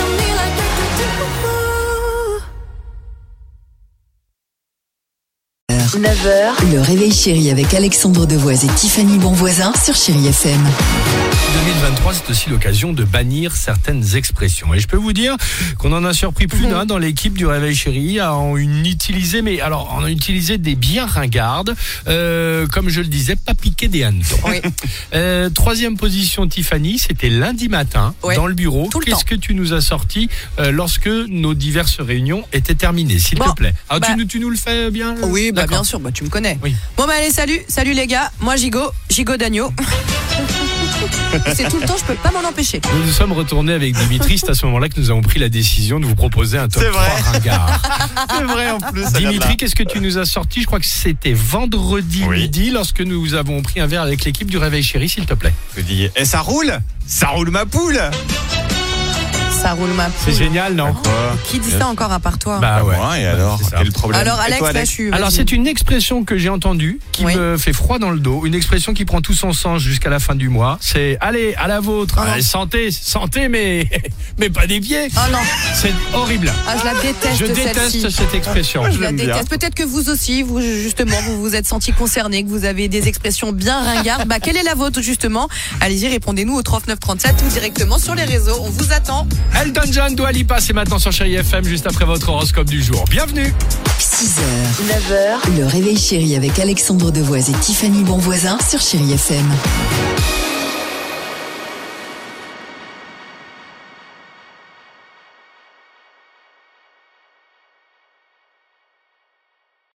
on me like we could do. 9h, le réveil chéri avec Alexandre Devoise et Tiffany Bonvoisin sur Chérie FM. 2023, c'est aussi l'occasion de bannir certaines expressions. Et je peux vous dire qu'on en a surpris Mhm. plus d'un dans l'équipe du Réveil Chéri à en utiliser, mais alors en utiliser des bien ringardes, euh, comme je le disais, pas piquer des hannetons. Euh, troisième position, Tiffany, c'était lundi matin Ouais. dans le bureau. Tout le Qu'est-ce temps. que tu nous as sorti euh, lorsque nos diverses réunions étaient terminées, s'il Bon, te plaît Ah, bah- tu, nous, tu nous le fais bien le- Oui, bah D'accord. bien sûr, bah tu me connais. Oui. Bon bah allez, salut, salut les gars. Moi Gigo, Gigo d'agneau. C'est tout le temps, je peux pas m'en empêcher. Nous nous sommes retournés avec Dimitri, c'est à ce moment-là que nous avons pris la décision de vous proposer un top C'est 3 vrai. ringard. C'est vrai en plus. ça vient de là. Dimitri, qu'est-ce que tu nous as sorti Je crois que c'était vendredi Oui. midi lorsque nous avons pris un verre avec l'équipe du Réveil Chéri, s'il te plaît. Vous dites, eh, ça roule Ça roule ma poule Ça roule ma C'est poule. génial, non Qui dit ça encore à part toi Bah ouais. et alors c'est ça. Quel problème Alors Et Alex, toi, là je suis. Alors vas-y. c'est une expression que j'ai entendue qui Oui. me fait froid dans le dos, une expression qui prend tout son sens jusqu'à la fin du mois. C'est allez à la vôtre, Ah non. Allez, santé, santé, mais mais pas des pieds. Oh non, C'est horrible. ah, je la déteste Je celle-ci. Ah, déteste cette expression. Je la l'aime bien. déteste. Peut-être que vous aussi, vous justement, vous vous êtes senti concerné, que vous avez des expressions bien ringardes. Bah, quelle est la vôtre justement Allez-y, répondez-nous au 3937 ou directement sur les réseaux. On vous attend. Elton John doit l'y passer maintenant sur Chéri FM juste après votre horoscope du jour. Bienvenue. 6h, 9h, le réveil chéri avec Alexandre Devoise et Tiffany Bonvoisin sur Chérie FM.